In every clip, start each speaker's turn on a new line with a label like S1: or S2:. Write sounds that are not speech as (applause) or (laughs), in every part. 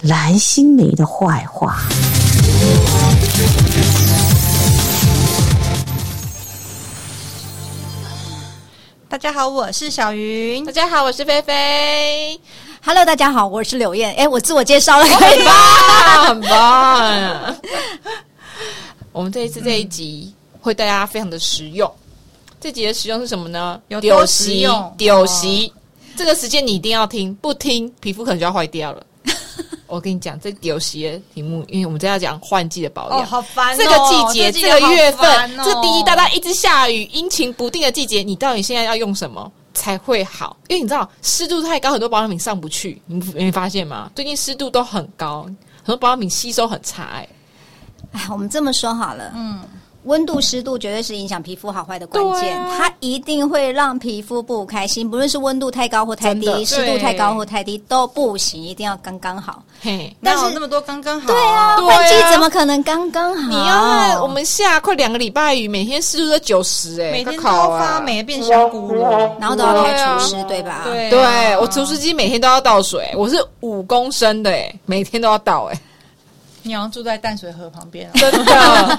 S1: 蓝心湄的坏话。
S2: 大家好，我是小云
S3: 大。家好，我是菲菲，
S2: Hello，大家好，我是柳燕。哎，我自我介绍了，
S3: 棒，很
S4: 啊
S3: 棒。我们这一次这一集
S4: 嗯
S3: 会对大家非常的实用。这集的实用是什么呢？
S4: 有多
S3: 丢
S4: 实
S3: 席
S4: 用，哦
S3: 丢席。这个时间你一定要听，不听皮肤可能就要坏
S4: (laughs)
S3: 掉了。我跟你讲，这丢席的题目，因为我们这要讲换季的保养。
S4: 哦
S3: (laughs)
S4: 烦
S3: 这个季节、这个月份、这第一大
S4: 大
S3: 大一直下雨、阴晴不定的季节，你到底现在要用什么才会好？因为你知道湿度太高，很多保养品上不去，你没发现吗？最近湿度都很高，很多保养品吸收很差、哎，
S5: 哎，我们这么说好了，嗯，温度、湿度绝对是影响皮肤好坏的关键，
S3: 对啊
S5: 它一定会让皮肤不开心，不论是温度太高或太
S3: 真的
S5: 低，湿度
S4: 对
S5: 太高或太低都不行，一定要刚刚好。
S3: 嘿。
S5: 但
S4: 哪有
S5: 是
S4: 那么多刚刚好、
S5: 对啊，
S3: 对啊
S5: 换季怎么可能刚刚好？
S3: 你
S4: 哦
S3: 要看我们下快两个礼拜雨，每天湿度都九十哎，
S4: 每天都
S3: 都考
S4: 发
S3: 啊。
S4: 霉变香菇了。
S5: 然后都要开
S3: 对啊
S5: 除湿，对吧？。
S4: 对啊、
S3: 对我除湿机每天都要倒水，我是五公升的哎，每天都要倒
S4: (laughs)
S3: 哎，
S4: 你好像住在淡水河旁边、啊。
S3: 真的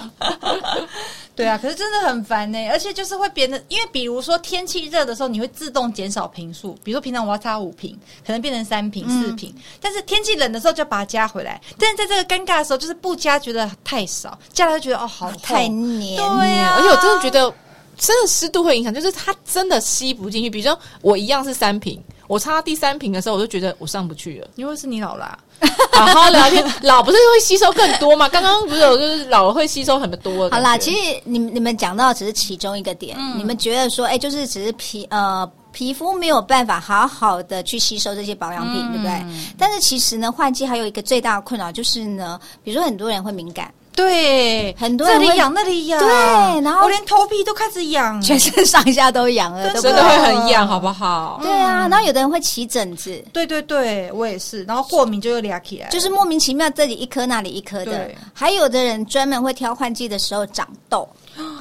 S4: 对啊，可是真的很烦呢、而且就是会变得，因为比如说天气热的时候，你会自动减少瓶数，比如说平常我要擦五瓶，可能变成三瓶、四瓶，但是天气冷的时候就要把它加回来。但是在这个尴尬的时候，就是不加觉得太少，加了就觉得哦好厚
S5: 太黏
S4: 对呀、
S3: 而且我真的觉得，真的湿度会影响，就是它真的吸不进去。比如说，我一样是三瓶，我擦到第三瓶的时候，我就觉得我上不去
S4: (laughs)
S3: 了。
S4: 因为是你老啊啦、
S3: 好好聊天，老不是会吸收更多吗？刚刚不是有就是老会吸收很多的感觉。
S5: 好啦，其实你们你们讲到的只是其中一个点，
S4: 嗯
S5: 你们觉得说，哎、就是只是皮呃皮肤没有办法好好的去吸收这些保养品，
S4: 嗯
S5: 对不对？但是其实呢，换季还有一个最大的困扰就是呢，比如说很多人会敏感，
S4: 对，
S5: 很多
S4: 这
S5: 人
S4: 里
S5: 会
S4: 痒那里痒，
S5: 对然后
S4: 我连头皮都开始痒，
S5: 全身上下都痒了，对不
S3: 真
S5: 对？
S3: 的会很痒，好不
S4: 嗯
S3: 好？
S5: 对啊，然后有的人会起疹子，
S4: 对对对，我也是，然后过敏就又俩起来，
S5: 就是莫名其妙这里一颗那里一颗的
S4: 对，
S5: 还有的人专门会挑换季的时候长痘，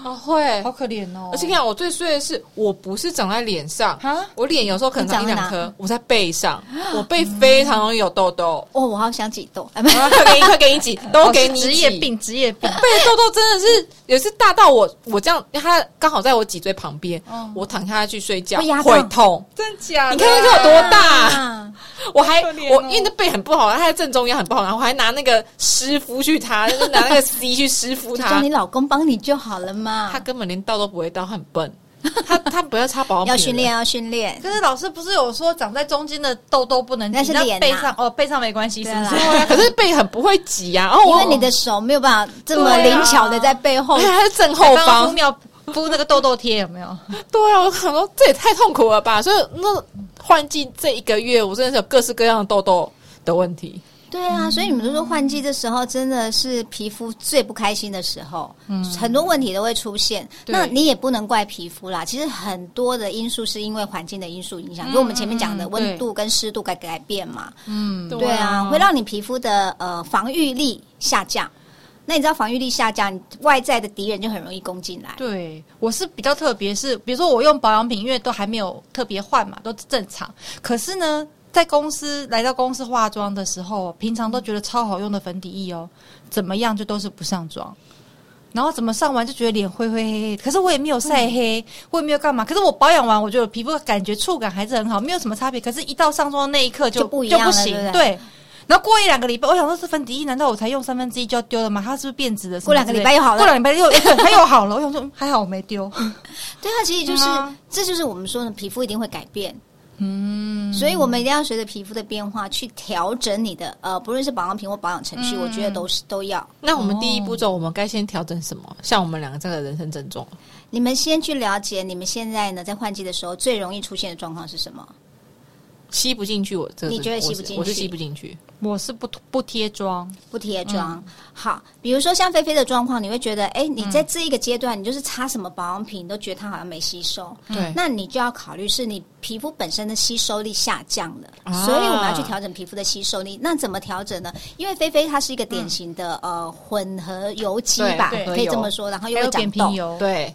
S3: 哦，会
S4: 好。可怜哦，
S3: 而且你看，我最衰的是，我不是长在脸上
S4: 啊，
S3: 我脸有时候可能长一
S5: 你长在
S3: 两
S5: 哪
S3: 颗，我在背上，我背非常容易有痘痘。
S5: 哦，我好想挤痘，哎，不是
S3: 啊快给你，快给你挤，都
S4: 哦
S3: 给
S4: 是
S3: 你
S4: 职业
S3: 挤
S4: 病，职业
S3: (laughs)
S5: (laughs) 嗯
S4: 病，
S3: 被痘痘真的是也是大到我我这样，它刚好在我脊椎旁边，
S4: 哦
S3: 我躺下去睡觉
S5: 会压
S3: 会
S5: 到
S3: 痛。
S4: 真假
S3: 你看这有多大？
S5: 啊
S3: 我还
S4: 可怜哦
S3: 我因为那背很不好，它在正中央很不好，然后我还拿那个湿敷去它，就是拿那个 C 去湿敷
S5: 就 (laughs) 叫
S3: 它
S5: 你，老公帮你就好了嘛
S3: 它。根本连倒都不会倒，它很
S5: (laughs)
S3: 笨。它它不要擦保养品，啊
S5: 要训练，。要训练。
S4: 可是老师不是有说长在中间的痘痘不能挤，
S5: 那是脸啊
S4: 背上哦，背上没关系，是
S5: 对
S4: 不
S5: 啦
S4: 是？
S3: 对啊，
S4: (laughs)
S3: 可是背很不会挤呀、啊，然后
S5: 因
S3: 我
S5: 为你的手没有办法这么
S4: 对啊
S5: 灵巧的在背后
S4: (laughs)
S3: 而且，它是正后
S4: 刚
S5: 啊
S4: 刚敷
S3: 方，
S4: 妙敷那个痘痘贴有没有？
S3: 对啊，我想说这也太痛苦了吧！所以那换季这一个月，我真的是有各式各样的痘痘的问题。
S5: 对啊，所以你们就说换季的时候真的是皮肤最不开心的时候，很多问题都会出现。
S4: 嗯对
S5: 那你也不能怪皮肤啦，其实很多的因素是因为环境的因素影响，就我们前面讲的
S4: 嗯
S5: 温度跟湿度改改变嘛，
S4: 嗯，
S5: 对啊，会让你皮肤的呃防御力下降。那你知道防御力下降，你外在的敌人就很容易攻进来。
S4: 对，我是比较特别，是比如说我用保养品，因为都还没有特别换嘛，都正常。可是呢，在公司来到公司化妆的时候，平常都觉得超好用的粉底液哦，怎么样就都是不上妆。然后怎么上完就觉得脸灰灰黑黑，可是我也没有晒黑，我也没有干嘛。可是我保养完，我觉得皮肤感觉触感还是很好，没有什么差别。可是，一到上妆那一刻就
S5: 就不一样了
S4: 行
S5: 对不对
S4: 对。然后过一两个礼拜，我想说这粉底液难道我才用三分之一就要丢了吗？它是不是变质了什么之类的？
S5: 过两个礼拜又好了
S4: 过两个礼拜又 (laughs) 对它又好了。我想说还好我没丢。
S5: 对啊，其实就是、
S4: 嗯啊
S5: 这就是我们说的皮肤一定会改变。嗯，所以我们一定要随着皮肤的变化去调整你的呃，不论是保养品或保养程
S4: 嗯
S5: 序，我觉得都是都要。
S3: 那我们第
S5: 哦
S3: 一步骤，我们该先调整什么？像我们两个这个人生症状，
S5: 你们先去了解你们现在呢在换季的时候最容易出现的状况是什么？
S3: 吸不进去我，这是
S5: 你觉得
S3: 我
S5: 吸
S3: 是
S5: 不进
S3: 我是
S5: 去
S3: 吸不进去。
S4: 我是不不贴妆，
S5: 不贴妆。好，比如说像菲菲的状况，你会觉得，哎，你在这一个阶段，你就是擦什么保养品，你都觉得它好像没吸收。
S3: 对
S5: 那你就要考虑是你皮肤本身的吸收力下降了，
S3: 啊
S5: 所以我们要去调整皮肤的吸收力。那怎么调整呢？因为菲菲她是一个典型的、呃混合油肌吧，
S3: 对对
S5: 可以这么说，然后又
S4: 还
S5: 会
S4: 有
S5: 长
S4: 扁
S5: 痘
S4: 平，油，
S3: 对，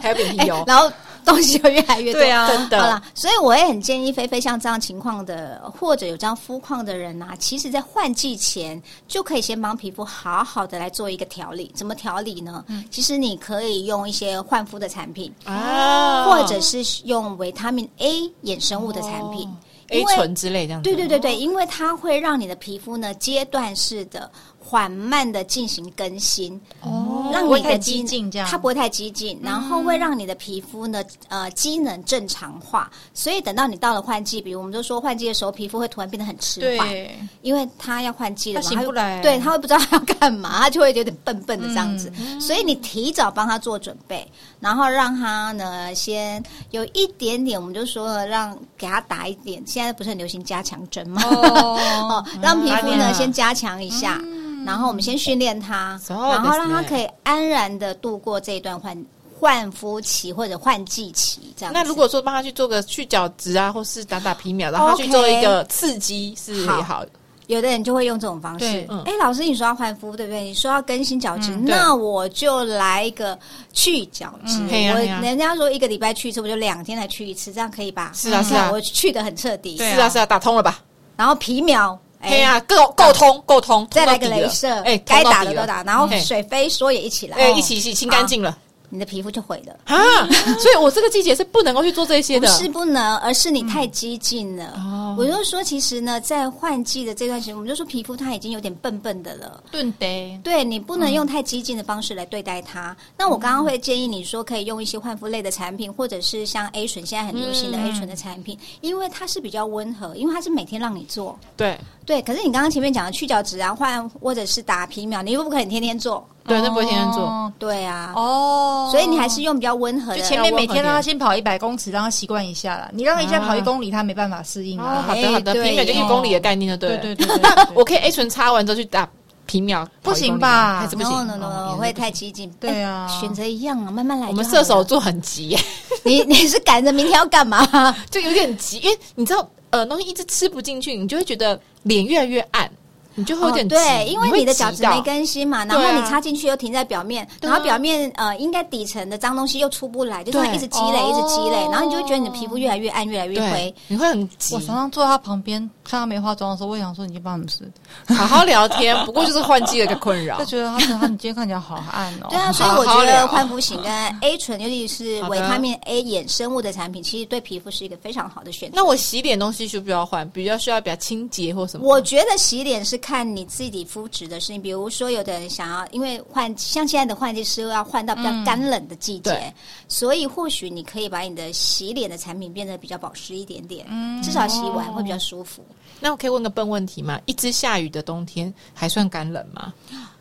S3: 还有扁平油，
S5: (laughs) 然后东西就越来越多。
S4: 对啊
S3: 真
S5: 好
S3: 的
S5: 啦，所以我也很建议菲菲像这样情况的，或者有这样肤况的人呐、其实在换季前就可以先帮皮肤好好的来做一个调理。怎么调理呢？其实你可以用一些焕肤的产品，
S3: 啊
S5: 或者是用维他命 A 衍生物的产品。
S3: A
S5: 因为
S3: 醇之类这样子。哦
S5: 对对对对，因为它会让你的皮肤呢阶段式的、缓慢的进行更新，
S4: 哦
S5: 让
S4: 不会
S5: 你
S4: 太
S5: 的
S4: 激
S5: 机
S4: 进这样，嗯
S5: 它不会太激进，然后会让你的皮肤呢，呃，机能正常化。所以等到你到了换季，比如我们就说换季的时候，皮肤会突然变得很迟缓，
S4: 对，
S5: 因为它要换季了嘛，
S4: 它醒不来
S5: 它会对，它会不知道它要干嘛， (laughs) 它就会有点笨笨的这样子。
S3: 嗯
S5: 所以你提早帮它做准备，然后让它呢先有一点点，我们就说了，让给它打一点，现在不是很流行加强针吗？
S4: 哦
S5: (laughs) 哦，让皮肤
S3: 嗯
S5: 呢
S3: 啊
S5: 先加强一下，然后我们先训练它，
S3: So
S5: 然后
S3: that's
S5: 让它
S3: nice
S5: 可以安然的度过这一段换换肤期或者换季期这样子。
S3: 那如果说帮他去做个去角质啊，或是打打皮秒，然后他去
S5: OK
S3: 做一个刺激是
S5: 好
S3: 也好的。
S5: 有的人就会用这种方式，
S4: 对
S5: 哎、
S3: 嗯
S5: 老师，你说要换肤对不对？你说要更新角质，
S3: 对
S5: 那我就来一个去角质。
S3: 嗯嘿呀
S5: 我
S3: 嘿呀
S5: 人家说一个礼拜去一次，我就两天才去一次，这样可以吧？
S3: 是啊
S5: 嗯
S3: 是啊
S5: 我去的很彻底。
S4: 对啊
S3: 是啊是啊，打通了吧？
S5: 然后皮秒，哎
S3: 哎呀，够够通够通，
S5: 再来个
S3: 通到底
S5: 镭
S3: 了
S5: 射，
S3: 哎，
S5: 该
S3: 通到
S5: 打
S3: 底
S5: 的
S3: 了
S5: 都打，然后
S3: 嘿
S5: 水飞梭也一起来，
S3: 哎
S5: 哦
S3: 一起一起清干净了
S5: 你的皮肤就毁了。
S3: 啊！ (laughs) 所以我这个季节是不能够去做这些
S5: 不
S3: 的。嗯
S5: 是不能，而是你太激进了。
S3: 哦
S5: 我就说，其实呢，在换季的这段时间，我们就说皮肤它已经有点笨笨的了。
S4: 顿得，
S5: 对你不
S3: 嗯
S5: 能用太激进的方式来对待它。那我刚刚会建议你说，可以用一些焕肤类的产品，或者是像 A 醇现在很流行
S3: 嗯
S5: 的 A 醇的产品，因为它是比较温和，因为它是每天让你做。
S3: 对
S5: 对，可是你刚刚前面讲的去角质啊，换或者是打皮秒，你又不可能天天做。
S3: 对，那不会天天做。
S4: 哦
S5: 对啊，
S4: 哦，
S5: 所以你还是用比较温和的。
S4: 就前面每天让他先跑一百公尺，让他习惯一下啦。你让他一下跑一公里，他没办法适应
S3: 哦，
S4: 啊。
S3: 好的好的，
S5: 哎对
S3: 皮秒就一公里的概念就哦对
S4: 对
S3: 了。
S4: 对对对， (laughs) 对
S3: 我可以 A 醇擦完之后去打皮秒，
S4: 不
S3: 跑一公
S4: 行
S3: 里吗
S4: 吧
S3: 还是不
S5: no
S3: 行
S5: no no，,
S3: 哦
S5: no 会太激进。
S4: 对啊
S5: 哎选择一样啊，慢慢来就
S3: 我
S5: 好了。
S3: 们射手座很急耶，
S5: 你 (laughs) 你是赶着明天要干嘛？
S3: (laughs) 就有点急，因为你知道，呃，东西一直吃不进去，你就会觉得脸越来越暗，你就会有点急、
S5: 哦对，因为你的
S3: 会急
S5: 角质没
S3: 到
S5: 更新嘛，然
S3: 对啊
S5: 后你插进去又停在表面，
S3: 对
S5: 然
S3: 啊
S5: 后表面呃应该底层的脏东西又出不来，就是它
S3: 对
S5: 一直积累，一直积累
S4: 哦，
S5: 然后你就会觉得你的皮肤越来越暗，越来越
S3: 对
S5: 灰。，
S3: 你会很急
S4: 我。常常坐在他旁边，看他没化妆的时候，我也想说你今天帮什么事？
S3: 好好聊天，不过就是换季的一个困扰
S4: 就。觉得他说他你今天看起来好暗 (laughs) 哦。
S5: 对啊，所以我觉得焕肤醒跟 A 醇，尤其是维他命 A 衍生物的产品，其实对皮肤是一个非常好的选
S3: (laughs)
S5: 择。
S3: 那我洗脸东西需不需要换？比较需要比较清洁或什么？
S5: 我觉得洗脸是看你自己肤质的事情，比如说有的人想要，因为换像现在的换季是要换到比较干冷的季节，
S3: 对
S5: 所以或许你可以把你的洗脸的产品变得比较保湿一点点，至少洗完会比较舒服。
S3: 那我可以问个笨问题吗？一直下雨的冬天还算干冷吗？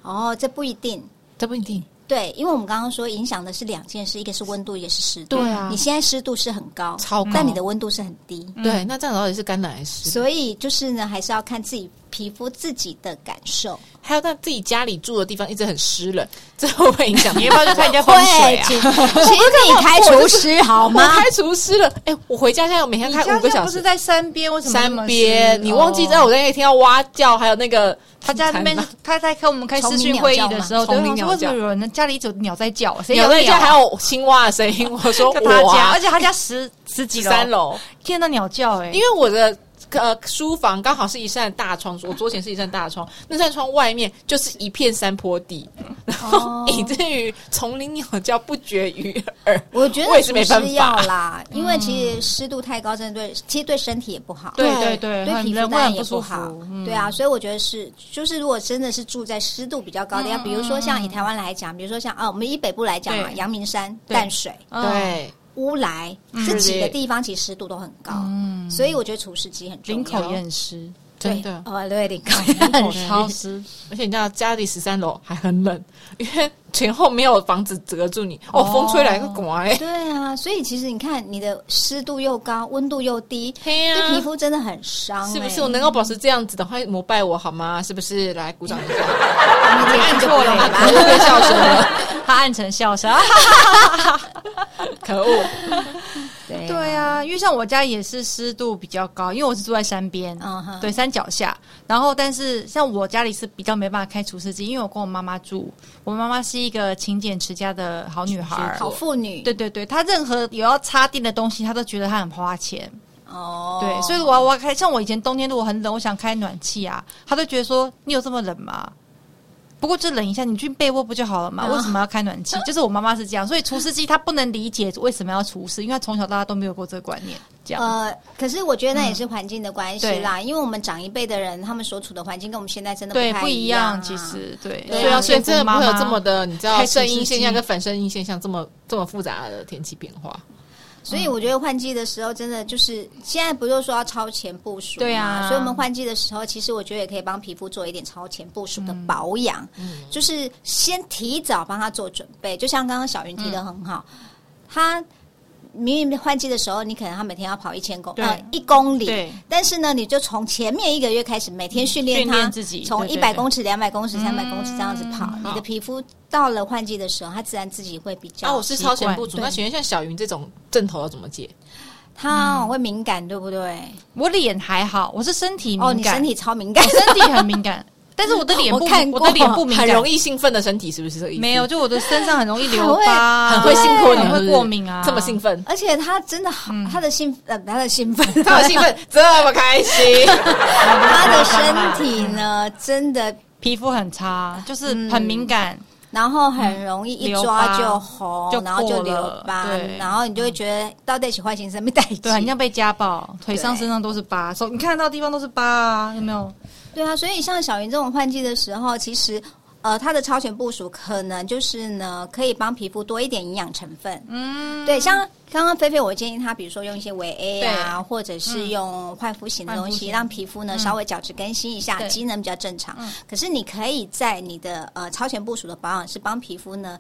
S5: 哦，这不一定。
S3: 这不一定。
S5: 对，因为我们刚刚说影响的是两件事，一个是温度，一个是湿度。
S3: 对啊
S5: 你现在湿度是很高，嗯
S3: 超高
S5: 但你的温度是很低，
S3: 对，那这样到底是干冷还是湿？
S5: 所以就是呢，还是要看自己皮肤自己的感 (laughs) 受。
S3: 还有在自己家里住的地方一直很湿冷， (laughs) 这会 (laughs) 不会影响？你要不要去看人家
S5: 会，
S4: 啊
S5: 请请你开除湿好
S3: 我
S5: 吗？
S3: 开除湿了，哎、我回家现在每天
S4: 你
S3: 开
S4: 家
S3: 五个
S4: 现在
S3: 小
S4: 不是
S3: 时。
S4: 在山边，为什么那么
S3: 山边，
S4: 湿啊哦
S3: 你忘记在我在那一天要蛙叫，还有那个
S4: 他家那边 (laughs)
S3: 惨了，
S4: 他在跟我们开视讯会议的时候，
S3: 丛
S4: 对，
S3: 林
S4: 我
S3: 鸟
S4: 说
S3: 叫
S4: 为什么有人家里一直有鸟在叫？谁
S3: 鸟在
S4: 鸟
S3: 家还有青蛙的声音。我说
S4: 在他
S3: 我
S4: 家，
S3: 啊
S4: 而，且他家十十几楼，
S3: 三，楼，
S4: 听到鸟叫哎
S3: 因，为我的呃书房刚好是一扇大窗，我桌前是一扇大窗，那扇窗外面就是一片山坡地，然后
S5: 哦
S3: 以至于丛林鸟叫不绝于耳。
S5: 我觉
S3: 我
S5: 得
S3: 也是
S5: 除
S3: 没办
S5: 湿要
S3: 法，
S5: 啦，因为其实湿度太高，真的对，其实对身体也不好。
S4: 对对对，
S5: 对
S4: 很
S5: 皮肤
S4: 人
S5: 当
S4: 会
S5: 然
S4: 很
S5: 也
S4: 不
S5: 不
S4: 舒
S5: 好
S4: 服，，嗯
S5: 对啊，所以我觉得是，就是如果真的是住在湿度比较高的，要比如说像以台湾来讲，比如说像啊，我们以北部来讲嘛，
S4: 对
S5: 阳明山、
S4: 对
S5: 淡水、
S4: 嗯，
S3: 对，
S5: 乌来这几个地方，其实湿度都很高，所以我觉得除湿机很重
S4: 领口也
S5: 要。
S4: 很湿，
S3: 真的。
S5: 哦，都
S4: (laughs)
S5: 有点高。
S4: 门口超湿，
S3: 而且你知道家里十三楼还很冷，因为前后没有房子遮住你，哦，风吹来个刮哎，
S5: (laughs) 对啊，所以其实你看，你的湿度又高，温度又低，
S3: 嘿呀、
S5: 对皮肤真的很伤、
S3: 啊是不是
S5: 哎
S3: 我能够保持这样子的话，膜拜我好吗？是不是？来鼓掌一下，
S5: 你这样就不用了吧？
S3: 可恶被笑声了，
S4: 他暗沉笑声。
S3: (laughs) 可恶！
S5: 对
S4: 对啊，因为像我家也是湿度比较高，因为我是住在山边，
S5: 嗯哼
S4: 对，山脚下。然后，但是像我家里是比较没办法开除湿机，因为我跟我妈妈住，我妈妈是一个勤俭持家的好女孩儿。
S5: 好妇女，
S4: 对对对，她任何有要插电的东西，她都觉得她很花钱。
S5: 哦，
S4: 对，所以我要我要开，像我以前冬天如果很冷，我想开暖气啊，她都觉得说你有这么冷吗？不过就冷一下，你去被窝不就好了嘛？
S3: 啊
S5: 嗯
S4: 为什么要开暖气？就是我妈妈是这样，所以除湿机她不能理解为什么要除湿，因为她从小到大都没有过这个观念。这
S3: 哦
S4: 样，
S5: 呃，可是我觉得那也
S4: 嗯
S5: 是环境的关系
S4: 对
S5: 啦，因为我们长一辈的人，他们所处的环境跟我们现在真的
S4: 对，
S5: 太
S4: 不一
S5: 样、
S4: 样，其，实对，
S5: 对啊
S4: 所以要
S3: 所
S4: 说
S3: 以真的
S4: 服
S3: 不
S4: 妈
S3: 会有
S4: 妈
S3: 这么的，你知道
S4: 开除
S3: 声
S4: 湿
S3: 音现
S4: 机
S3: 象跟反声音现象这么这么复杂的天气变化，
S5: 所
S4: 嗯
S5: 以我觉得换季的时候，真的就是现在不是说要超前部署嘛，
S4: 对啊
S5: 所以我们换季的时候，其实我觉得也可以帮皮肤做一点超前部署的保养，
S4: 嗯
S5: 就是先提早帮他做准备，就像刚刚小云提的很好，他。明明换季的时候，你可能他每天要跑一千公
S4: 对
S5: 呃一公里，
S4: 对
S5: 但是呢，你就从前面一个月开始，每天训
S4: 嗯
S5: 练
S4: 训
S5: 它
S4: 练自己
S5: 从
S4: 对
S5: 一
S4: 对
S5: 百
S4: 对嗯
S5: 公尺、两百公尺、三百公尺这样子跑，你
S3: 好
S5: 的皮肤到了换季的时候，它自然自己会比较。
S3: 啊，
S4: 哦
S3: 我是超前部署。
S5: 对
S3: 那请问像小云这种阵头要怎么解？
S5: 它
S4: 嗯
S5: 会敏感，对不对？
S4: 我脸还好，我是身体
S5: 哦，
S4: 敏
S5: 你
S4: 感，
S5: 身体超敏感
S4: (laughs) 我，身体很敏感，但是我的脸
S5: 我
S3: (laughs)
S4: 不，
S5: 看
S4: 我
S5: 过
S4: 的脸不敏
S3: 很
S4: 感，
S3: 容易兴奋的身体是不是这个意思？啊
S4: 没有，，就我的身上很容易留疤，啊
S3: 很会兴奋，
S4: 很
S3: 是不
S4: 会
S3: 是
S4: 过敏啊，
S3: 这么兴奋，
S5: 而且它真的好，
S4: 嗯
S5: 它的兴呃，它
S4: (laughs)
S5: 的兴奋，
S3: 这么
S5: (laughs)
S3: 兴奋，这么开心，
S5: 它的身体
S4: 嗯
S5: 呢，真的，
S4: 皮肤很差，就是
S5: 嗯
S4: 很敏感，
S5: 然后很容易一抓就
S4: 嗯留
S5: 红，
S4: 嗯疤
S5: 然后就留疤
S4: 就破了对，嗯
S5: 然后你就会觉得到底起坏情生没带劲。
S4: 对，很像被家暴，腿上
S5: 对
S4: 身上都是疤，手你看得到的地方都是疤啊，有没有？
S5: (laughs) 对啊，所以像小云这种换季的时候，其实。呃，它的超前部署可能就是呢，可以帮皮肤多一点营养成分。嗯，对，像刚刚菲菲，我建议她，比如说用一些维 A 啊，或者是用焕肤型的
S4: 嗯
S5: 东
S4: 焕肤
S5: 西，
S4: 型嗯
S5: 让皮肤呢、稍微角质更新一下，
S4: 对嗯
S5: 机能比较正常。可是你可以在你的呃超前部署的保养是帮皮肤呢，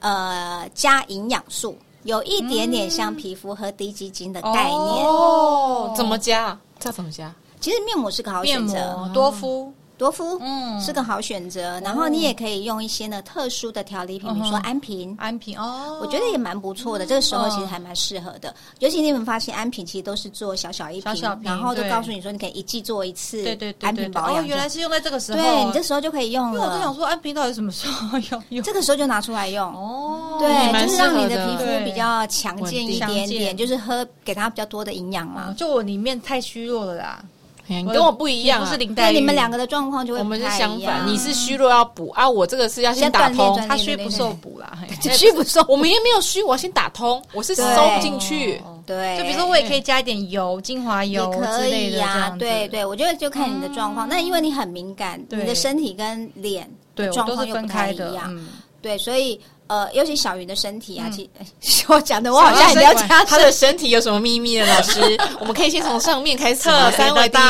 S5: 呃加营养素，有一点点
S4: 嗯
S5: 像皮肤喝低基金的概
S3: (laughs)
S5: 念。
S3: 哦，怎么加？这要怎么加？
S5: 其实面膜是个好
S4: 面
S5: 哦选择，
S4: 膜多敷，
S5: 多敷，
S4: 嗯
S5: 是个好选择。然后你也可以用一些呢特殊的调理品，比如
S4: 嗯
S5: 说安瓶。
S4: 安瓶哦，
S5: 我觉得也蛮不
S4: 嗯
S5: 错的，这个时候其实还蛮适合的。尤其你们发现安瓶其实都是做小小一瓶，
S4: 小小瓶
S5: 然后就
S4: 对
S5: 告诉你说你可以一季做一次
S4: 对对对
S5: 安
S4: 对
S5: 瓶
S4: 对，
S5: 保养
S4: 哦，
S5: 就。
S4: 原来是用在这个时候，
S5: 对你这时候就可以用
S4: 因为我就想
S5: 了，
S4: 说安瓶到底什么时候要用？
S5: 这个时候就拿出来用。
S4: 哦
S5: 对，
S3: 蛮
S5: 就是
S3: 适
S5: 让
S3: 合
S5: 你的皮
S3: 的
S5: 肤比较强健一
S4: 对
S5: 点
S4: 强健嗯
S5: 点，就是喝给它比较多的营养嘛。
S4: 啊就我里面太虚弱了啦，
S3: 哎呀你跟我不一样
S4: 我
S3: 啊
S4: 是。林黛
S5: 对
S4: 玉，
S5: 你们两个的状况就会
S3: 我
S5: 不
S3: 们是
S5: 太
S3: 相
S5: 一
S3: 反，
S5: 样
S3: 你是虚弱要补啊，我这个是要先打
S5: 先锻炼
S3: 通
S5: 锻。炼
S4: 他虚不受补啦。嘿
S5: 虚不受
S3: 我们也没有虚，我要先打通，我是收不进去。
S5: 对，
S4: 就比如说，我也可以加一点油，精华
S5: 也
S4: 油
S5: 可
S4: 之类
S5: 以
S4: 的，
S5: 呀、啊对
S4: 对
S5: 对，我觉得就看你的状况。那因为你很敏感，
S4: 对
S5: 你的身体跟脸
S4: 对，我
S5: 状
S4: 都
S5: 况
S4: 是
S5: 又不
S4: 分
S5: 太
S4: 开
S5: 一
S4: 的。
S5: 样，
S4: 嗯，
S5: 对，所以呃，尤其小云的身体啊，
S4: 嗯
S5: 其实我讲的我好像也了解
S3: 他的身体有什么秘密呢？老师，我们可以先从上面开始吗，三围第一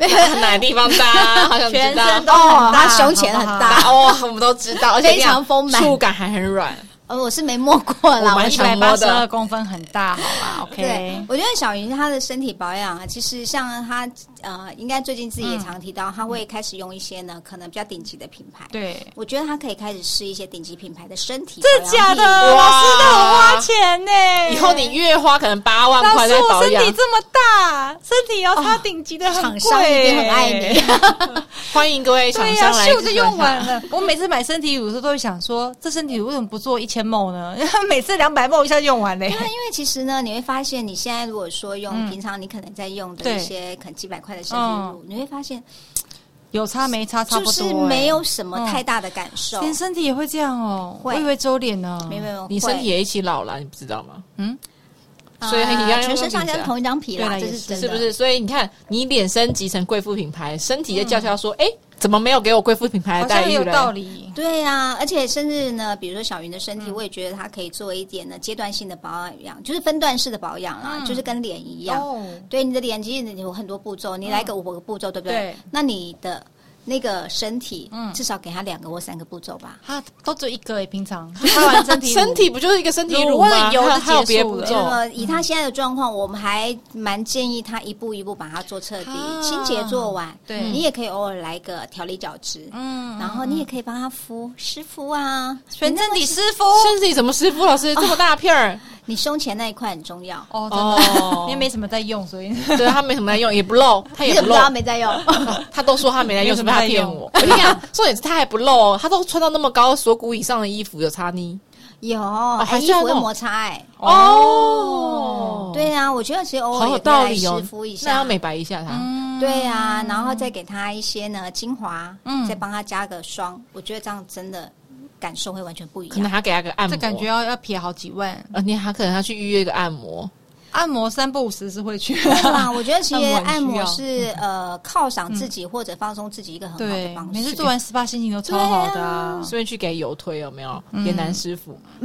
S3: 围，哪个地方大？好想知
S4: 全
S3: 道。
S4: 身都
S5: 哦
S4: 很，大
S5: 他胸前很
S4: 好不
S5: 大，
S3: 哦，我们都知道，而且
S5: 非常丰满
S3: 触感还很软。
S5: 呃，我是没摸过啦，
S3: 我蛮
S5: 我
S3: 一
S4: 一
S3: 想
S4: 百
S3: 摸
S4: 八
S3: 的
S4: 十二公分很大，好吧
S5: 对
S4: ，OK，。
S5: 我觉得小云她的身体保养啊，其实像她呃，应该最近自己
S4: 嗯
S5: 也常提到，她会开始用一些呢，可能比较顶级的品牌。
S4: 对，
S5: 我觉得她可以开始试一些顶级品牌的身体保
S4: 真
S5: 养
S4: 的假
S5: 品
S4: 的？老
S3: 哇
S4: 师都很花钱呢。
S3: 以后你月花可能八万
S4: 老
S3: 块
S4: 师，
S3: 在
S4: 我
S3: 保
S4: 身
S3: 养
S4: 体，这么大，身体要擦顶级的很
S5: 厂
S4: 贵
S5: 商一定
S4: (laughs)
S5: 很爱
S4: 耶
S5: 你。
S3: 欢迎各位厂
S4: 对呀、
S3: 商来。
S4: 秀就用完。 (laughs) 了。我每次买身体乳的时候，都会想说，这身体乳为什么不做一千梦呢？ (laughs) 每次两百梦一下用完嘞
S5: 对。啊， (laughs) 因为其实呢，你会发现你现在如果说用、
S4: 嗯
S5: 平常你可能在用的
S4: 对嗯
S5: 一些可能几百块的身体乳，你会发现
S4: 有差没差差不
S5: 就
S4: 多、哎
S5: 是没有什么太大的感
S4: 欸，
S5: 受。
S4: 连身体也会这样哦、
S5: 会
S4: 我以为周脸呢、
S5: 没有没有，
S3: 你身体
S5: 会
S3: 也一起老了，你不知道吗？
S5: 呃
S3: 所以一样
S5: 全身
S3: 用
S5: 上下
S3: 力
S5: 是
S3: 啊
S5: 同一张皮
S4: 对
S5: 啦，
S4: 啦
S5: 这
S4: 也
S5: 是
S4: 是
S5: 真的，
S3: 是不？是？所以你看，你脸升级成贵妇品牌，身体在叫嚣说：“哎、怎么没有给我贵妇品牌
S4: 好
S3: 的
S4: 像
S3: 待
S4: 很
S3: 遇
S4: 有
S3: 嘞
S4: 道理。
S5: 对呀、而且甚至呢，比如说小云的身体，我也觉得她可以做一点呢阶段性的保养，就是分段式的保养啊，
S4: 嗯
S5: 就是跟脸一样。
S4: 哦，
S5: 对你的脸，其实你有很多步骤，你来个五个步骤，对不对？
S4: 对
S5: 那你的那个身体，
S4: 嗯
S5: 至少给他两个或三个步骤吧。
S4: 啊，都只有一个诶，平 (laughs) 常就拍完身体乳
S3: (laughs) 身体不就是一个身体乳
S4: 乳
S3: 吗？
S4: 味油
S3: 还有
S4: 就
S3: 还有
S4: 结
S3: 别
S4: 束
S3: 步
S4: 了
S3: 骤，
S5: 呃，以他现在的状况，我们还蛮建议他一步一步把它做彻底，
S4: 啊
S5: 清洁做完。
S4: 对
S5: 你也可以偶尔来个调理角质，
S4: 嗯
S5: 然后你也可以帮他敷湿敷啊。
S4: 全身体湿敷
S3: 身体怎么师傅老师这么大片儿？
S5: 你胸前那一块很重要，
S4: 哦，真的，
S3: 哦
S4: 因为没什么在用，所以
S3: 对他没什么在用，也不露，他
S5: 你
S3: 也
S5: 怎
S3: 不
S5: 么
S3: 露
S5: 知，道没在用？
S3: (laughs) 他都说他没在
S4: 没
S3: 用，是
S4: 什
S3: 不
S4: 么
S3: 是他
S4: 在
S3: 骗
S4: 用
S3: 我？我跟你讲，重点是他还不露，哦他都穿到那么高锁骨以上的衣服，有差呢。
S5: 有，
S3: 哦还
S5: 哎，
S3: 是
S5: 衣服
S3: 要
S5: 会
S3: 弄
S5: 摩擦哎。
S3: 哦，
S5: 对啊，我觉得其实偶尔
S3: 好有
S5: 也
S3: 道
S5: 可以来
S3: 理哦
S5: 湿敷一，下，
S3: 那要美白一下嗯他。
S5: 对啊，然后再给他一些呢精华，
S4: 嗯
S5: 再帮他加个霜，我觉得这样真的感受会完全不一
S3: 可能
S5: 样。
S3: 还给他个按
S4: (laughs)
S3: 摩，
S4: 这感觉要要撇好几万。
S3: 呃，你还可能要去预约一个按摩，
S4: 按摩三不五时是会去，
S5: (laughs) 对
S4: (laughs)
S5: 啦，我觉得其实按
S4: 按摩
S5: 摩
S4: 很需嗯
S5: 是呃犒赏自己或者放松自己一个很好的
S4: 对
S5: 方，式。
S4: 每次做完 SPA 心情都超好的啊、
S3: 顺便去给油推有没有？给男师傅， (laughs)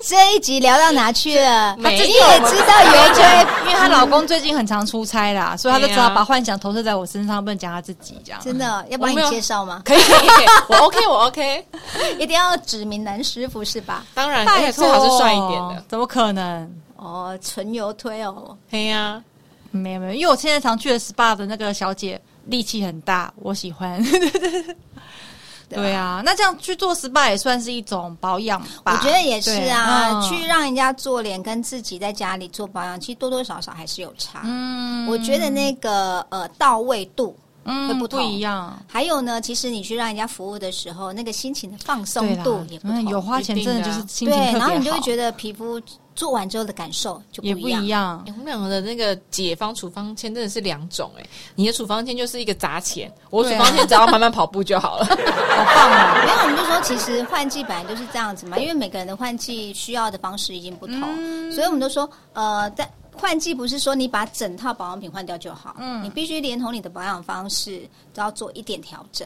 S5: 这一集聊到哪去了？
S3: 没有
S5: 你也知道
S4: 对
S5: 原
S4: 就 (laughs)
S5: 罪，
S4: 啊会因为她老公最近很常出差啦，所以她就
S3: 对啊
S4: 只好把幻想投射在我身上，不能讲她自己这样。
S5: 真的要帮你
S3: 我没有
S5: 介绍吗？
S3: 可以可以，可以我 OK 我 OK，
S5: 一定要指明男师傅是
S4: (laughs)
S5: 吧？
S3: 当然，而
S4: 拜
S3: 且
S4: 托
S3: 最好是帅一点的。，
S4: 哎怎么可能？
S5: 哦，纯油推哦，
S3: 嘿呀，
S4: 没有没有，因为我现在常去的 SPA 的那个小姐力气很大，我喜欢。 (laughs) 对啊，那这样去做 SPA 也算是一种保养
S5: 我
S4: 吧？
S5: 觉得也是啊，
S4: 对嗯
S5: 去让人家做脸跟自己在家里做保养，其实多多少少还是有差。
S4: 嗯
S5: 我觉得那个呃到位度，会
S4: 嗯
S5: 不同
S4: 一样。
S5: 还有呢，其实你去让人家服务的时候，那个心情的放
S4: 对
S5: 松
S4: 啦
S5: 度也，不
S4: 嗯
S5: 同，
S4: 有花钱真的就是心情特
S5: 对，
S4: 别
S5: 然
S4: 好，
S5: 后你就会觉得皮肤做完之后的感受就
S4: 也
S5: 不
S4: 不
S5: 一样。
S4: 一样
S3: 欸。我们两个的那个解方处方签真的是两种哎、你的处方签就是一个砸钱，我的
S4: 对
S3: 处
S4: 啊
S3: 方签只要慢慢跑步就 (laughs) 好了。
S4: 好棒啊！
S5: 没有，我们就说，其实换季本来就是这样子嘛，因为每个人的换季需要的方式已经不同，
S4: 嗯
S5: 所以我们都说，呃，在换季不是说你把整套保养品换掉就好，嗯，你必须连同你的保养方式都要做一点调整。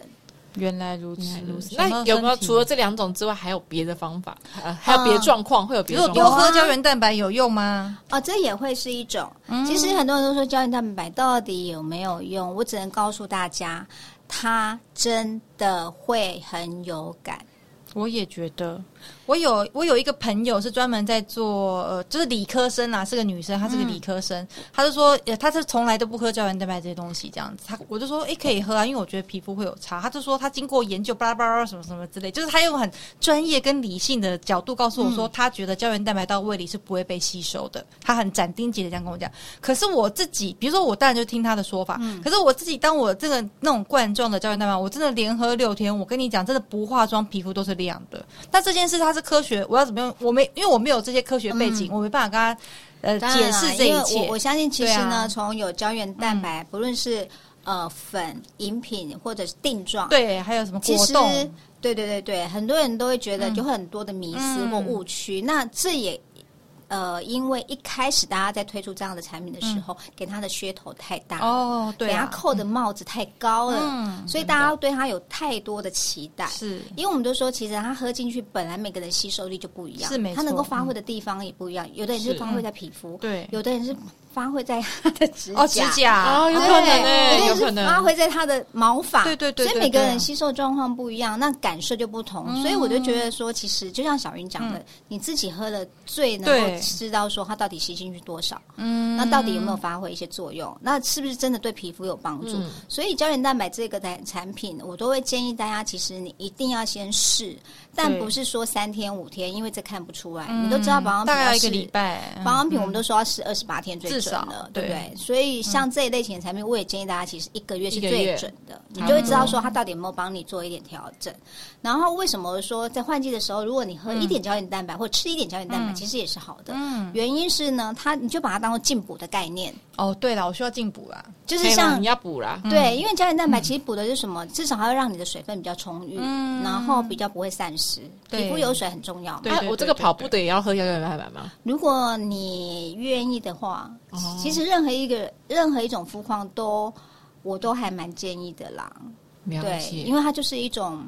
S4: 原来如此，想到
S3: 那有没有
S4: 身体
S3: 除了这两种之外，还有别的方法？呃，还有别的状况、会有别
S4: 如
S3: 的
S4: 果
S3: 状
S4: 多
S3: 况？
S4: 喝
S5: 啊
S4: 胶原蛋白有用吗？
S5: 哦，这也会是一种。
S4: 嗯
S5: 其实很多人都说胶原蛋白到底有没有用，我只能告诉大家，它真的会很有感。
S4: 我也觉得，我有我有一个朋友是专门在做呃，就是理科生啊，是个女生，她是个
S5: 嗯
S4: 理科生，她就说呃，她是从来都不喝胶原蛋白这些东西，这样子，她我就说诶、可以喝啊，因为我觉得皮肤会有差，她就说她经过研究巴拉巴拉什么什么之类，就是她用很专业跟理性的角度告诉我
S5: 嗯
S4: 说，她觉得胶原蛋白到胃里是不会被吸收的，她很斩钉截铁这样跟我讲。可是我自己，比如说我当然就听她的说法，
S5: 嗯
S4: 可是我自己当我这个那种罐状的胶原蛋白，我真的连喝六天，我跟你讲，真的不化妆皮肤都是亮的。那这件事它是科学，我要怎么用？我没因为我没有这些科学背景，我没办法跟他呃
S5: 嗯当然
S4: 解
S5: 啦
S4: 释这
S5: 因
S4: 一
S5: 为我
S4: 切
S5: 我。相信，其实
S4: 对
S5: 呢，
S4: 啊
S5: 从有胶原蛋白，不论是呃粉、饮品或者是定妆，，
S4: 对，还有什么
S5: 其
S4: 果
S5: 实
S4: 冻？嗯
S5: 对对对对，很多人都会觉得有很多的迷思或误区。那这也呃，因为一开始大家在推出这样的产品的时候，给它的噱头太大了
S4: 嗯哦，对
S5: 给他
S4: 啊，
S5: 扣的帽子太高了，
S4: 嗯
S5: 所以大家对他有太多的期待。
S4: 是
S5: 因为我们都说，其实他喝进去，本来每个人吸收力就不一样，
S4: 是没错嗯
S5: 他能够发挥的地方也不一样。有的人是
S3: 是
S5: 发挥在皮肤，
S4: 对
S5: 有的人是发挥在他的指甲，
S4: 哦，指甲
S3: 啊，有可能
S4: 欸
S3: 哎、有
S5: 对有的
S3: 可
S5: 人是发
S3: 能。
S5: 挥在他的毛发，
S4: 对对对对嗯
S5: 所以每个
S4: 对
S5: 人
S4: 啊
S5: 吸收状况不一样，那感受就不同。所以我就觉得说，其实就像小云讲
S4: 嗯
S5: 的，你自己喝了最能够
S4: 对
S5: 知道说它到底吸进去多少，嗯，那到底有没有发挥一些作用？那是不是真的对皮肤有帮助？
S3: 嗯
S5: 所以胶原蛋白这个产产品，我都会建议大家，其实你一定要先试，但
S4: 对
S5: 不是说三天五天，因为这看不出来。你都知道保养品
S4: 嗯大概要一
S5: 试
S4: 个礼拜，
S5: 保养品我们都说要试二十八天最准
S4: 嗯至
S5: 的
S4: 少，
S5: 对不对
S4: 对？
S5: 所以像这一类型的产品，我也建议大家其实一个月是
S3: 一个月
S5: 最准的，你就会知道说它到底有没有帮你做一点调整。然后为什么说在换季的时候，如果你喝一点胶原蛋白或吃一点胶原蛋白，其实也是好的。原因是呢，它你就把它当做进补的概念，
S4: 哦，对了，我需要进补啦。
S5: 就是
S3: 嘿啦
S5: 像
S3: 你要补啦，
S5: 对，因为胶原蛋白其实补的是什么？至少它会让你的水分比较充裕，然后比较不会散失。
S4: 对
S5: 皮肤有水很重要嘛。
S4: 对
S3: 啊
S4: 对
S3: 我
S4: 对
S3: 这个
S4: 对
S3: 跑步的也要喝胶原蛋白吗？
S5: 如果你愿意的话，
S4: 哦
S5: 其实任何一个任何一种肤况都，我都还蛮建议的啦。
S3: 了
S5: 对，
S3: 解
S5: 因为它就是一种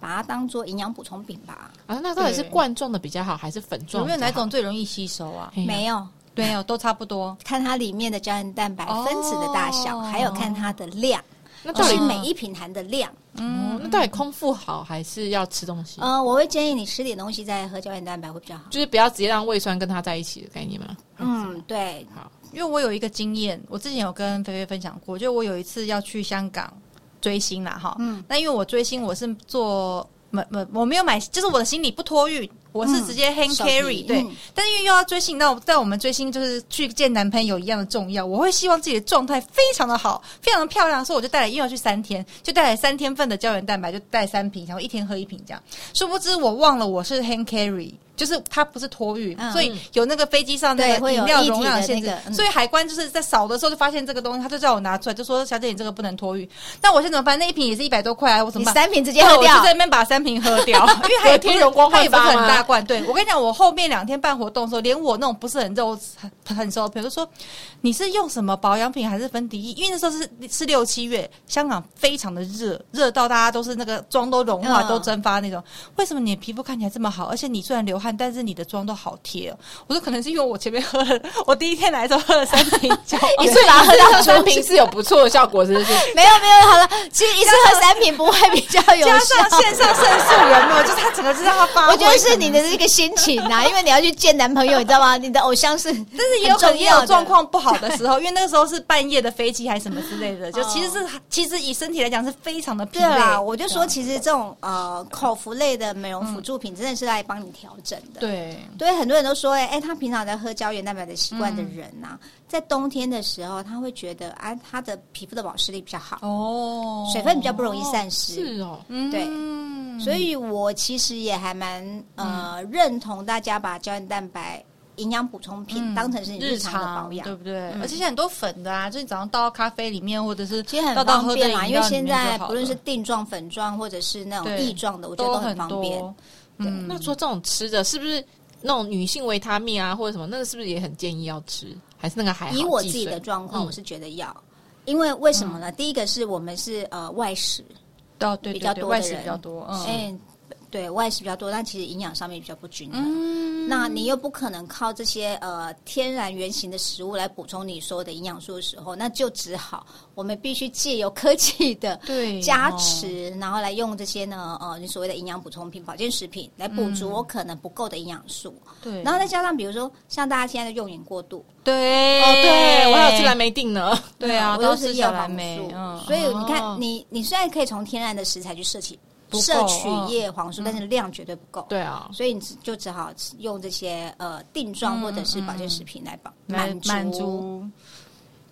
S5: 把它当做营养补充品吧。
S3: 啊，那到底是
S4: 对
S3: 罐状的比较好，还是粉
S4: 有
S3: 状的比较好？
S4: 没有哪一种最容易吸收啊？
S3: 嘿呀
S5: 没有，
S4: 没有，都差不多。
S5: 看它里面的胶原蛋白
S4: 哦
S5: 分子的大小，还有看它的量，
S3: 那
S5: 就
S3: 到底
S5: 是每一瓶含的量。
S4: 嗯
S5: 嗯
S3: 哦那到底空腹好还是要吃东西？
S5: 呃，我会建议你吃点东西再喝胶原蛋白会比较好。
S3: 就是不要直接让胃酸跟它在一起的概念 (laughs) 嘛。
S5: 嗯，对，
S4: 因为我有一个经验，我之前有跟菲菲分享过，就我有一次要去香港追星啦，哈，
S5: 嗯
S4: 那因为我追星我是做没没我没有买，就是我的行李不托运，我是直接 hand
S5: 嗯手
S4: carry、
S5: 提
S4: 对，
S5: 嗯
S4: 但因为又要追星，那我在我们追星就是去见男朋友一样的重要，我会希望自己的状态非常的好，非常的漂亮，所以我就带来，因为要去三天，就带来三天份的胶原蛋白，就带三瓶，然后一天喝一瓶这样。殊不知我忘了我是 hand carry。就是它不是托运，
S5: 嗯
S4: 所以有那个飞机上
S5: 对
S4: 那个
S5: 会有
S4: 饮料
S5: 液体
S4: 容量
S5: 的
S4: 限制，
S5: 那个嗯
S4: 所以海关就是在扫的时候就发现这个东西，他就叫我拿出来，就说小姐你这个不能托运。那我现在怎么办？那一瓶也是一百多块啊，我怎
S5: 你
S4: 么办？哦
S5: 三瓶直接喝
S4: 对我
S5: 掉
S4: 就在。那边把三瓶喝 (laughs) 掉，因为还有
S3: 有天容光
S4: 它
S3: 焕
S4: 也不是
S3: 发
S4: 很
S3: 吗
S4: 大罐。对我跟你讲，我后面两天办活动的时候，连我那种不是很肉很很熟的朋友都说，你是用什么保养品还是芬迪？因为那时候是是六七月，香港非常的热，热到大家都是那个妆都融化、
S5: 嗯
S4: 都蒸发那种。为什么你的皮肤看起来这么好？而且你虽然流汗，但是你的妆都好贴、哦。我说可能是因为我前面喝了， (laughs) 我第一天来的时候喝了三瓶 (laughs) 酒，
S5: 一 (laughs) 次
S3: 所以 (laughs)
S5: 把它
S4: 哦
S5: 喝
S3: 这
S5: 到
S3: 个
S5: 中
S3: 三瓶啊是有不错的效果，是不是？
S5: (laughs) 没有没有，好了，其实一次喝三瓶不会比较有
S4: 加
S5: 效。
S4: 上线上胜诉有没有？就是他整个是让他发挥。
S5: 我觉得是你的这个心情啊，因为你要去见男朋友，你知道 (laughs) 吗？你的偶像是，
S4: 但
S5: 但
S4: 是也有可能也有状况不好的时候，因为那个时候是半夜的飞机还是什么之类的， (laughs) 就其实是其实以身体来讲是非常的疲
S5: 对啦，
S4: 累。
S5: 我就说，其实这种呃口服类的美容辅助品，真的是来帮你调整的。
S4: 对，
S5: 嗯对，很多人都说，哎、哎，他平常在喝胶原蛋白的习惯的人呐、在冬天的时候，他会觉得，啊，他的皮肤的保湿力比较好，
S4: 哦
S5: 水分比较不容易散失。
S3: 是哦，
S4: 嗯
S5: 对所以我其实也还蛮呃、认同大家把胶原蛋白营养补充品
S4: 嗯
S5: 当成是你
S4: 日
S5: 常的保养
S4: 对。不对？
S5: 嗯
S4: 而且现在很多粉的啊，就是你早上倒到咖啡里面，或者是
S5: 其实很
S4: 倒到
S5: 方
S4: 喝的
S5: 便
S4: 饮料
S5: 啦，
S4: 里
S5: 因为
S4: 面
S5: 现在
S4: 就好
S5: 不论
S4: 了
S5: 是定状、粉状，或者是那种
S4: 对
S5: 液状的，我觉得
S4: 都
S5: 都很方便
S4: 多。。嗯，
S3: 那说这种吃的，是不是那种女性维他命啊，或者什么，那个是不是也很建议要吃？还是那个还好
S5: 以我自己的
S3: 忌
S5: 状况，
S3: 嗯
S5: 我是觉得要，因为为什么
S4: 嗯
S5: 呢？第一个是我们是呃外食，
S4: 哦对
S5: 比
S4: 对
S5: 较
S4: 对，
S5: 多的
S4: 外食
S5: 人
S4: 比较多，嗯，
S5: 哎、对外食比较多，但其实营养上面比较不均衡。
S4: 嗯
S5: 那你又不可能靠这些呃天然原型的食物来补充你所有的营养素的时候，那就只好我们必须借由科技的
S4: 对，
S5: 加
S4: 哦
S5: 持，然后来用这些呢呃你所谓的营养补充品、保健食品来补足我可能不够的营养素。
S4: 嗯哦对，
S5: 然后再加上比如说像大家现在的用眼过度，
S4: 对
S3: 哦，对我还有吃蓝莓定呢。 (laughs)
S4: 对啊，
S5: 嗯我
S4: 都
S5: 又
S4: 是
S5: 是
S4: 小
S5: 叶
S4: 蓝
S5: 黄
S4: 莓
S5: 素，，
S4: 嗯，
S5: 所以你
S3: 哦
S5: 看你你虽然可以从天然的食材去摄取
S4: 不够
S5: 摄取
S4: 嗯
S5: 叶黄素，但是量绝对不够。
S3: 对啊，
S5: 所以你只就只好用这些呃定状或者是保健食品来保
S4: 来
S5: 满足。
S4: 满足。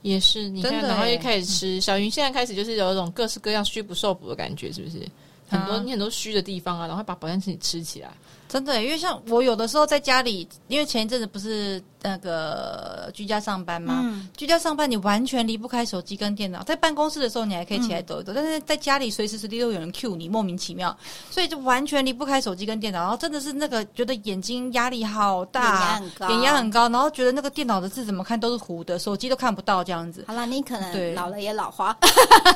S3: 也是。你看，
S4: 真的
S3: 然后
S4: 耶
S3: 又开始吃。小云现在开始就是有一种各式各样虚不受补的感觉，是不是？很多
S4: 啊
S3: 你很多虚的地方啊，然后把保健食品吃起来。
S4: 真的耶，因为像我有的时候在家里，因为前一阵子不是那个居家上班嘛，
S5: 嗯
S4: 居家上班你完全离不开手机跟电脑。在办公室的时候，你还可以起来走一
S5: 嗯
S4: 走，但是在家里随时随地都有人 cue 你，莫名其妙，所以就完全离不开手机跟电脑。然后真的是那个觉得眼睛压力好大，
S5: 眼压很高
S4: 眼压很高，然后觉得那个电脑的字怎么看都是糊的，手机都看不到这样子。 (laughs)
S5: 好了，你可
S4: 对
S5: 能老了也老花，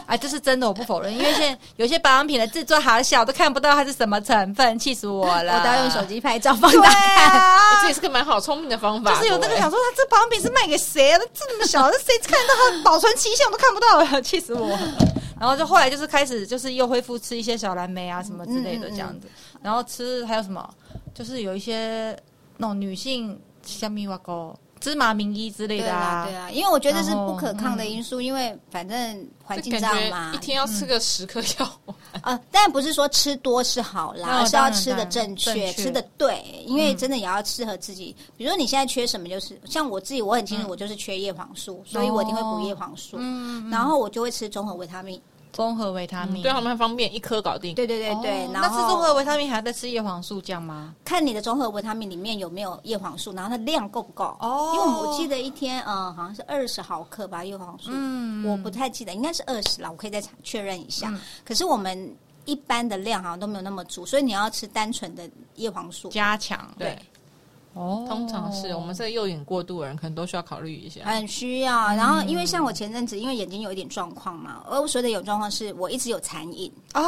S4: 哎，这是真的，我不否认，因为现在有些保养品的制作好小，都看不到它是什么成分，气死我
S5: (laughs) 我
S4: 了！
S5: 都要用手机拍照放
S4: (laughs) 对
S5: 大看。
S4: 啊
S3: 欸，这也是个蛮好聪明的方法。
S4: 就是有那个
S3: 对
S4: 想说，他这保养品是卖给谁啊？这么小，这谁看到它保存期限我都看不到了，气死我了！然后就后来就是开始就是又恢复吃一些小蓝莓啊什么之类
S5: 嗯
S4: 的这样子，然后吃还有什么，就是有一些那种女性像蜜瓜糕、芝麻名医之类
S5: 对
S4: 的
S5: 啦，
S4: 啊
S5: 对。啊，因为我觉得这是
S4: 然后嗯
S5: 不可抗的因素，因为反正环境
S3: 这
S5: 这样
S3: 感
S5: 嘛
S3: 觉一。天要吃个十颗药丸，
S5: 呃，当然不是说吃多是好啦，
S4: 哦
S5: 而是要
S4: 当然
S5: 吃的
S4: 当然
S5: 正确，
S4: 正确嗯
S5: 吃的对，因为真的也要适合自己。比如说你现在缺什么，就是像我自己，我很清楚，我就是缺叶黄素，所以我一定会补叶黄素，
S4: 嗯，
S5: 然后我就会吃综合维他命。
S4: 综合维他命。
S3: (laughs) 对他们很方便，一颗搞定。
S5: 嗯啊对对对对，
S4: 哦那
S5: 然
S4: 吃
S5: 后
S4: 综合维他命还要再吃叶黄素酱吗？
S5: 看你的综合维他命里面有没有叶黄素，然后它量够不够。
S4: 哦
S5: 因为我记得一天，呃，好像是二十毫克吧，叶黄素，
S4: 嗯
S5: 我不太记得，应该是二十啦，我可以再查确认一下。可是我们一般的量好像都没有那么足，所以你要吃单纯的叶黄素，
S4: 加强
S3: 对，
S4: 哦
S3: 通常是我们这右眼过度的人，可能都需要考虑一下。
S5: 很需要。
S4: 嗯
S5: 然后，因为像我前阵子，因为眼睛有一点状况嘛，而我说的有状况是我一直有残影，
S3: 啊，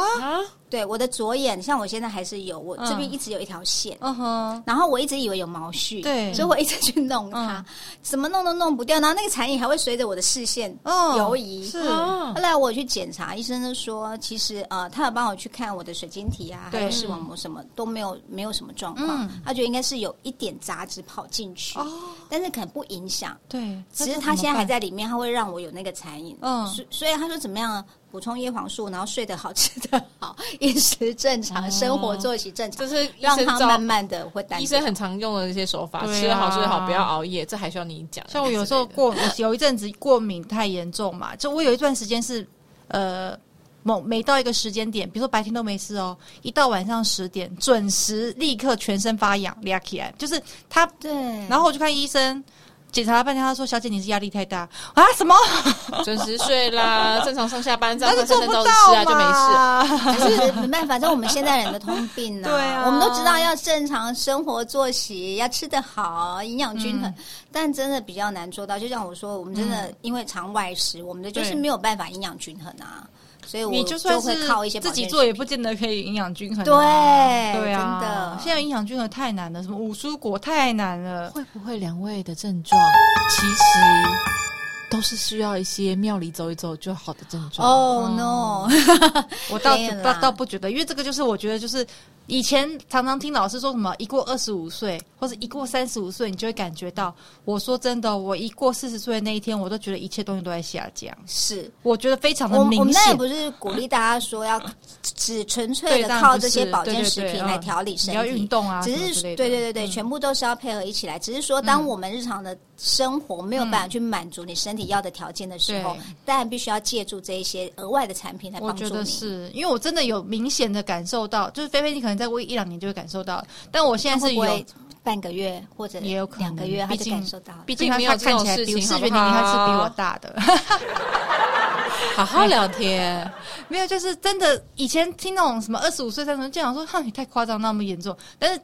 S5: 对我的左眼，像我现在还是有，我这
S4: 嗯
S5: 边一直有一条线。
S4: 嗯哼，
S5: 然后我一直以为有毛絮，
S4: 对嗯
S5: 所以我一直去弄它，怎么弄都弄不掉。然后那个残影还会随着我的视线
S4: 哦
S5: 游移。
S4: 是
S3: 啊
S5: 后来我去检查，医生就说，其实呃，他有帮我去看我的水晶体啊，还
S4: 对
S5: 有视网膜什么都没有没有什么状况，
S4: 嗯
S5: 他觉得应该是有一点杂质跑进去，
S4: 哦，
S5: 但是可能不影响。
S4: 对，
S5: 只是他现在还在里面，他会让我有那个残影。
S4: 嗯
S5: 所所以他说怎么样补充叶黄素，然后睡得好，吃得好， (laughs) 饮食正
S4: 哦
S5: 常，生活作息正常，
S3: 这是医
S5: 让
S3: 生
S5: 他
S3: 照
S5: 慢慢的会担
S3: 医
S5: 心。
S3: 生很常用的一些手法，
S4: 对啊
S3: 吃得好睡得好，不要熬夜，这还需要你讲啊。
S4: 像我有时候
S3: 之类的
S4: 过，我有一阵子过敏太严重嘛，就我有一段时间是，呃，某每到一个时间点，比如说白天都没事哦，一到晚上十点准时立刻全身发痒，俩起来，就是他，
S5: 对，
S4: 然后我去看医生。检查了半天，他说：“小姐，你是压力太大啊？什么？
S3: (laughs) 准时睡啦，正常上下班，这
S4: 但
S3: 样
S4: 是
S3: 上
S4: 做
S3: 下
S4: 不到
S3: 班照着吃啊，就没
S4: 嘛。
S3: 事。
S5: 但是没办法，这是我们现代人的通病
S4: (laughs)
S5: 啊。
S4: 对啊
S5: 我们都知道要正常生活作息，要吃得好，营养均
S4: 嗯
S5: 衡，但真的比较难做到。就像我说，我们真的因为常外食，我们的就是
S4: 对
S5: 没有办法营养均衡啊。所以 (laughs) 我
S4: 你就算
S5: 会
S4: 是
S5: 靠一些
S4: 自己
S5: 保健
S4: 做，也
S5: 食
S4: 不见得可以营养均衡啊。
S5: 品对
S4: 对啊，
S5: 真的。
S4: 现在营养均衡太难了，什么五蔬果太难了。
S3: 会不会两位的症状其实都是需要一些庙里走一走就好的症状？
S5: 哦、no！
S4: 嗯
S5: (laughs)
S4: 我倒
S5: 没有
S4: 倒
S5: 啦
S4: 倒不觉得，因为这个就是我觉得就是以前常常听老师说什么一过二十五岁或者一过三十五岁，你就会感觉到。我说真的，哦我一过四十岁那一天，我都觉得一切东西都在下降，
S5: 是
S4: 我觉得非常的
S5: 我们我
S4: 明
S5: 们那也
S4: 显
S5: 不。是鼓励大家说
S4: (laughs)
S5: 要只纯粹
S4: 对
S5: 的
S4: 当然
S5: 靠
S4: 不
S5: 这些
S4: 是
S5: 保
S4: 对
S5: 健
S4: 对
S5: 食
S4: 对
S5: 品
S4: 嗯
S5: 来调理身
S4: 你要
S5: 体，
S4: 运动啊，
S5: 只
S4: 什么
S5: 是
S4: 之类的嗯
S5: 对对对对，全部都是要配合一起来。只是说，当我们日常的生活没有办法去满足你身体要的条件的时候
S4: 对，
S5: 但必须要借助这一些额外的产品来
S4: 嗯我
S5: 帮
S4: 觉
S5: 助
S4: 得
S5: 你。
S4: 是因为我真的有明显的感受到，就是菲菲，你可能再过一两年就会感受到，但我现在
S5: 会
S4: 是
S5: 不
S4: 有
S5: 会，半个月或者
S4: 也有可能
S5: 两个月，他
S4: 毕
S5: 就
S4: 竟
S5: 感受到了。
S4: 毕竟他
S3: 并没有
S4: 他
S3: 这种
S4: 看起来比
S3: 事情
S4: 视觉
S3: 好不
S4: 年龄他是比
S3: 好
S4: 我大的，
S3: 好好聊天，
S4: 没有，就是真的。以前听那种什么二十五岁、三十岁，就想说，哈，你太夸张，那么严重。但是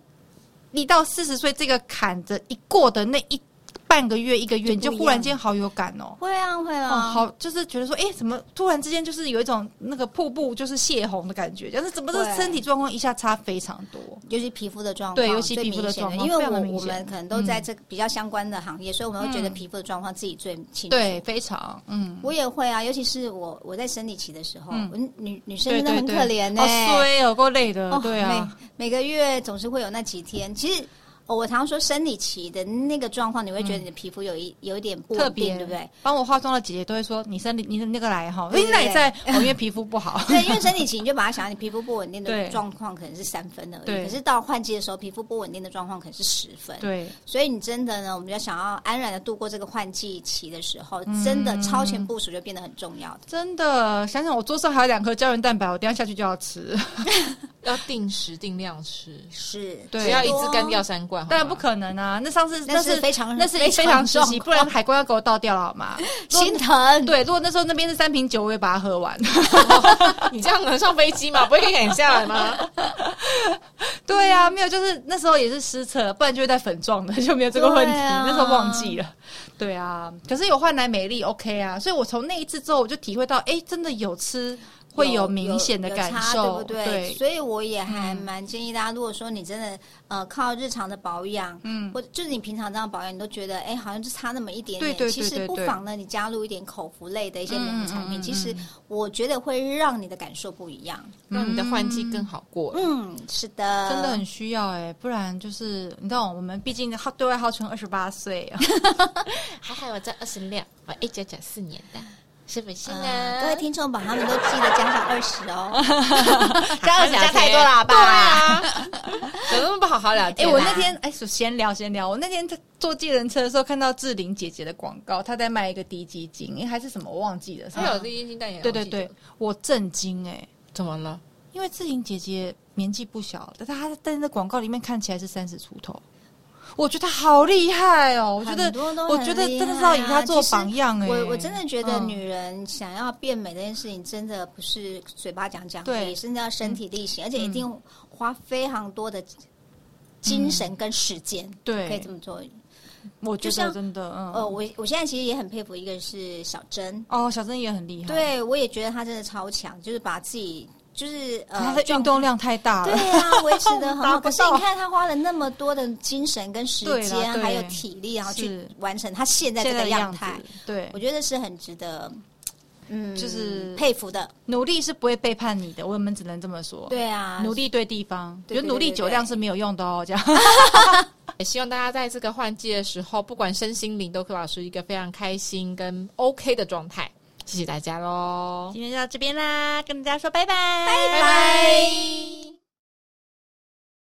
S4: 你到四十岁这个坎子一过的那一半个月、一个月，
S5: 就不
S4: 你就
S5: 一样
S4: 忽然间好有感哦。
S5: 会啊会
S4: 哦，
S5: 啊，
S4: 好，就是觉得说，哎、怎么突然之间就是有一种那个瀑布就是泄洪的感觉，就是怎么这
S5: 对
S4: 身体状况一下差非常多。
S5: 尤其皮肤的状况，
S4: 对尤其
S5: 最
S4: 皮肤的
S5: 明显
S4: 状况
S5: 因为
S4: 非常
S5: 我
S4: 的明
S5: 我
S4: 显
S5: 们可能都在这个比较相关的行业，所以我们会觉得
S4: 嗯
S5: 皮肤的状况自己最清楚。
S4: 对，非常，嗯，
S5: 我也会啊，尤其是我我在生理期的时候，
S4: 嗯
S5: 我女女生
S4: 对
S5: 真的
S4: 对
S5: 很
S4: 对，
S5: 可怜呢、欸
S4: 好衰哦，够累的，
S5: 哦，
S4: 对啊，
S5: 每每个月总是会有那几天，其实。哦、我常说生理期的那个状况，你会觉得你的皮肤有一、有一点不
S4: 特
S5: 稳
S4: 别
S5: 定，对不对？？
S4: 帮我化妆的姐姐都会说，你生理，你的那个来哈，
S5: 对
S4: 你
S5: 对
S4: 哪里
S5: 对
S4: 在？我因为皮肤不好，
S5: (laughs) 对，因为生理期你就把它想，你皮肤不稳
S4: (laughs)
S5: 定
S4: 对
S5: 的状况可能是三分而
S4: 对
S5: 已，可是到换季的时候，皮肤不稳定的状况可能是十分。
S4: 对，
S5: 所以你真的呢，我们要想要安然的度过这个换季期的时候，
S4: 嗯
S5: 真的超前部署就变得很重要。
S4: 真的，想想我桌上还有两颗胶原蛋白，我等一下下去就要
S5: (laughs)
S4: 吃，
S3: 要定时定量吃，
S5: 是，
S4: 对
S3: 不要一次干掉三罐。好吗
S4: 当然不可能啊！那上次
S5: 那
S4: 是
S5: 是非常
S4: 那是
S5: 非
S4: 非
S5: 常
S4: 常时期，
S5: 状况
S4: 不然海关要给我倒掉了好
S5: (laughs)
S4: 吗？
S5: 心疼。
S4: 对，如果那时候那边是三瓶酒，我也把它喝完。 (laughs)
S3: (laughs) 你这样能嗯上飞机吗？不会给你赶下来 (laughs) 吗？
S4: 对啊，没有，就是那时候也是失策，不然就会带粉状的，就没有这个问题。
S5: 对啊
S4: 那时候忘记了，对啊。可是有换来美丽，OK 啊。所以我从那一次之后，我就体会到，哎，真的有吃会有明显的
S5: 有
S4: 感
S5: 有差
S4: 受，嗯
S5: 对不对？所以我也还蛮建议大家，如果说你真的呃靠日常的保养，嗯，或者就是你平常这样保养，你都觉得哎好像就差那么一点点，
S4: 对对对
S5: 其实不
S4: 对对
S5: 妨呢，你加入一点口服类的一些美容产
S4: 嗯
S5: 品，
S4: 嗯嗯
S5: 其实我觉得会让你的感受不一样。
S3: 让你的换季更好过。
S5: 嗯，是的，
S4: 真的很需要哎、不然就是你知道，我们毕竟号对外号称二十八岁，
S3: 还好我在二十六，我一九九四年的，是不是
S5: 嗯各位听众把他们都记得加上二十哦，
S4: 加
S3: 二十加太多了好不好啊 (laughs) 怎么那么不好好聊
S4: 哎、
S3: 天啊？
S4: 我那啊天哎，闲聊闲聊，我那天在坐计程车的时候看到志玲姐姐的广告，她在卖一个低基金，哎，还是什么我忘记了。
S3: 他有第一金代言，
S4: 对对
S3: 我记得
S4: 对，，我震惊哎、
S3: 怎么了？
S4: 因为志玲姐姐年纪不小，但她但是在广告里面看起来是三十出头，我觉得好厉害哦！ (laughs) 我觉得
S5: 很多都很
S4: 我觉得真的是要以她做榜样哎、
S5: 厉害啊其实我我真的觉得
S4: 嗯
S5: 女人想要变美这件事情，真的不是嘴巴讲讲而已，
S4: 对嗯
S5: 也是要身体力行，而且一定花非常多的精神跟时间，
S4: 嗯对嗯
S5: 可以这么做。
S4: 我觉
S5: 就
S4: 得
S5: 像
S4: 真的，嗯，
S5: 呃，我我现在其实也很佩服，一个是小珍，
S4: 哦，小珍也很厉害，，
S5: 对我也觉得她真的超强，就是把自己就是呃
S4: 她的运动量太大
S5: 对
S4: 了，
S5: 啊，维持
S4: (laughs)
S5: 的很
S4: 达
S5: 好。
S4: 不
S5: 可
S4: 到
S5: 是你看，他花了那么多的精神跟时
S4: 对啦
S5: 间，
S4: 对
S5: 还有体力，然后去
S4: 是
S5: 完成他现在这
S4: (laughs) 现在的
S5: 个样
S4: 样子
S5: 态，，
S4: 对
S5: 我，觉得是很值得，嗯，
S4: 就是
S5: 佩服的。
S4: 努力是不会背叛你的，我们只能这么说，
S5: 对啊，
S4: 努力对地方，
S5: 对
S4: 有
S5: 对
S4: 努力
S5: 对对
S4: 酒量是没有用的哦，这样。
S3: 也希望大家在这个换季的时候，不管身心灵，都可以保持一个非常开心跟 OK 的状态。谢谢大家喽，
S4: 今天就到这边啦，跟大家说拜拜，
S5: 拜拜。